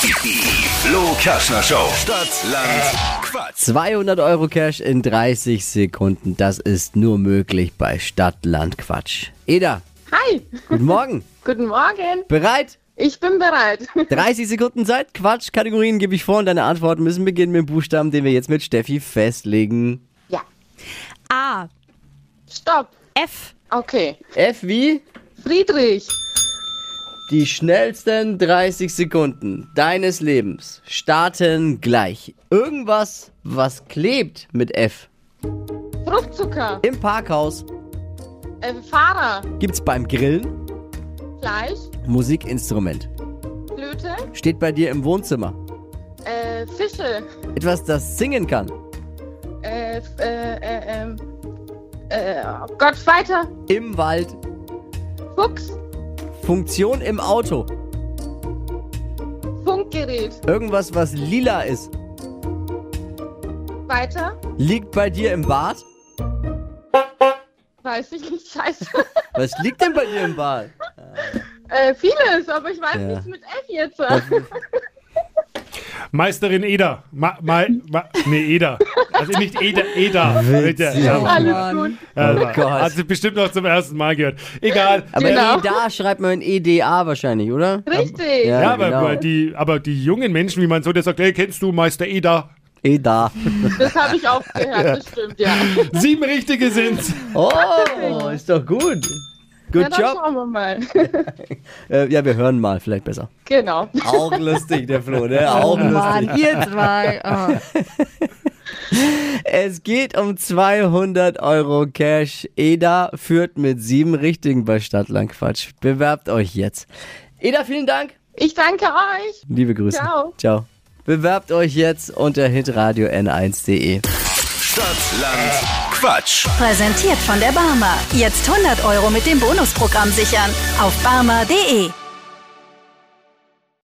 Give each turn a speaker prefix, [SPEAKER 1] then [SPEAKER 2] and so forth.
[SPEAKER 1] Die Flo Kaschner Show. Äh. Stadt, Land, Quatsch.
[SPEAKER 2] 200 Euro Cash in 30 Sekunden. Das ist nur möglich bei Stadt, Land, Quatsch. Eda,
[SPEAKER 3] Hi,
[SPEAKER 2] guten Morgen.
[SPEAKER 3] guten Morgen.
[SPEAKER 2] Bereit?
[SPEAKER 3] Ich bin bereit.
[SPEAKER 2] 30 Sekunden Zeit. Quatsch. Kategorien gebe ich vor und deine Antworten müssen beginnen mit dem Buchstaben, den wir jetzt mit Steffi festlegen.
[SPEAKER 3] Ja,
[SPEAKER 4] A.
[SPEAKER 3] stopp.
[SPEAKER 4] F.
[SPEAKER 3] Okay.
[SPEAKER 2] F wie
[SPEAKER 3] Friedrich,
[SPEAKER 2] die schnellsten 30 Sekunden deines Lebens starten gleich. Irgendwas, was klebt mit F.
[SPEAKER 3] Fruchtzucker,
[SPEAKER 2] Im Parkhaus
[SPEAKER 3] äh, Fahrer,
[SPEAKER 2] gibt's beim Grillen
[SPEAKER 3] Fleisch,
[SPEAKER 2] Musikinstrument.
[SPEAKER 3] Flöte,
[SPEAKER 2] Steht bei dir im Wohnzimmer.
[SPEAKER 3] äh, Fische,
[SPEAKER 2] Etwas, das singen kann.
[SPEAKER 3] äh, f- äh, äh, ähm, äh, oh Gott, weiter.
[SPEAKER 2] Im Wald.
[SPEAKER 3] Fuchs,
[SPEAKER 2] Funktion im Auto.
[SPEAKER 3] Funkgerät,
[SPEAKER 2] Irgendwas, was lila ist.
[SPEAKER 3] weiter.
[SPEAKER 2] Liegt bei dir im Bad?
[SPEAKER 3] Weiß ich nicht, scheiße.
[SPEAKER 2] Was liegt denn bei dir im Bad?
[SPEAKER 3] äh, vieles, aber ich weiß
[SPEAKER 2] Ja.
[SPEAKER 3] nichts mit F jetzt.
[SPEAKER 5] Meisterin Eda. Ma, ma, ma, nee, Eda. Also nicht Eda, Eda. Bitte. Ja,
[SPEAKER 3] Alles
[SPEAKER 4] Mann.
[SPEAKER 3] gut.
[SPEAKER 5] also,
[SPEAKER 2] Oh Gott.
[SPEAKER 5] Hat sie bestimmt noch zum ersten Mal gehört. Egal.
[SPEAKER 2] Aber
[SPEAKER 5] Äh,
[SPEAKER 3] Genau.
[SPEAKER 2] EDA schreibt man in EDA wahrscheinlich, oder?
[SPEAKER 3] Richtig.
[SPEAKER 2] Ja.
[SPEAKER 5] ja, aber,
[SPEAKER 2] genau.
[SPEAKER 5] aber die, aber die jungen Menschen, wie man so, der sagt, hey, kennst du Meister Eda?
[SPEAKER 2] EDA.
[SPEAKER 3] Das habe ich auch gehört, das stimmt, ja.
[SPEAKER 5] Sieben richtige sind's.
[SPEAKER 2] Oh, ist doch gut.
[SPEAKER 3] Na,
[SPEAKER 2] Good
[SPEAKER 3] dann
[SPEAKER 2] job.
[SPEAKER 3] schauen wir mal.
[SPEAKER 2] Äh, ja, wir hören mal, vielleicht besser.
[SPEAKER 3] genau.
[SPEAKER 2] Auch lustig, der Flo, ne? Auch
[SPEAKER 4] Oh Mann, ihr zwei. Oh.
[SPEAKER 2] Es geht um 200 Euro Cash. Eda führt mit sieben Richtigen bei Stadtlandquatsch. Bewerbt euch jetzt. Eda, vielen Dank.
[SPEAKER 3] Ich danke euch.
[SPEAKER 2] Liebe Grüße.
[SPEAKER 3] Ciao.
[SPEAKER 2] Ciao. Bewerbt euch jetzt unter hitradio n1.de.
[SPEAKER 1] Stadt, Land, Quatsch.
[SPEAKER 6] Präsentiert von der Barmer. Jetzt 100 Euro mit dem Bonusprogramm sichern. Auf barmer.de.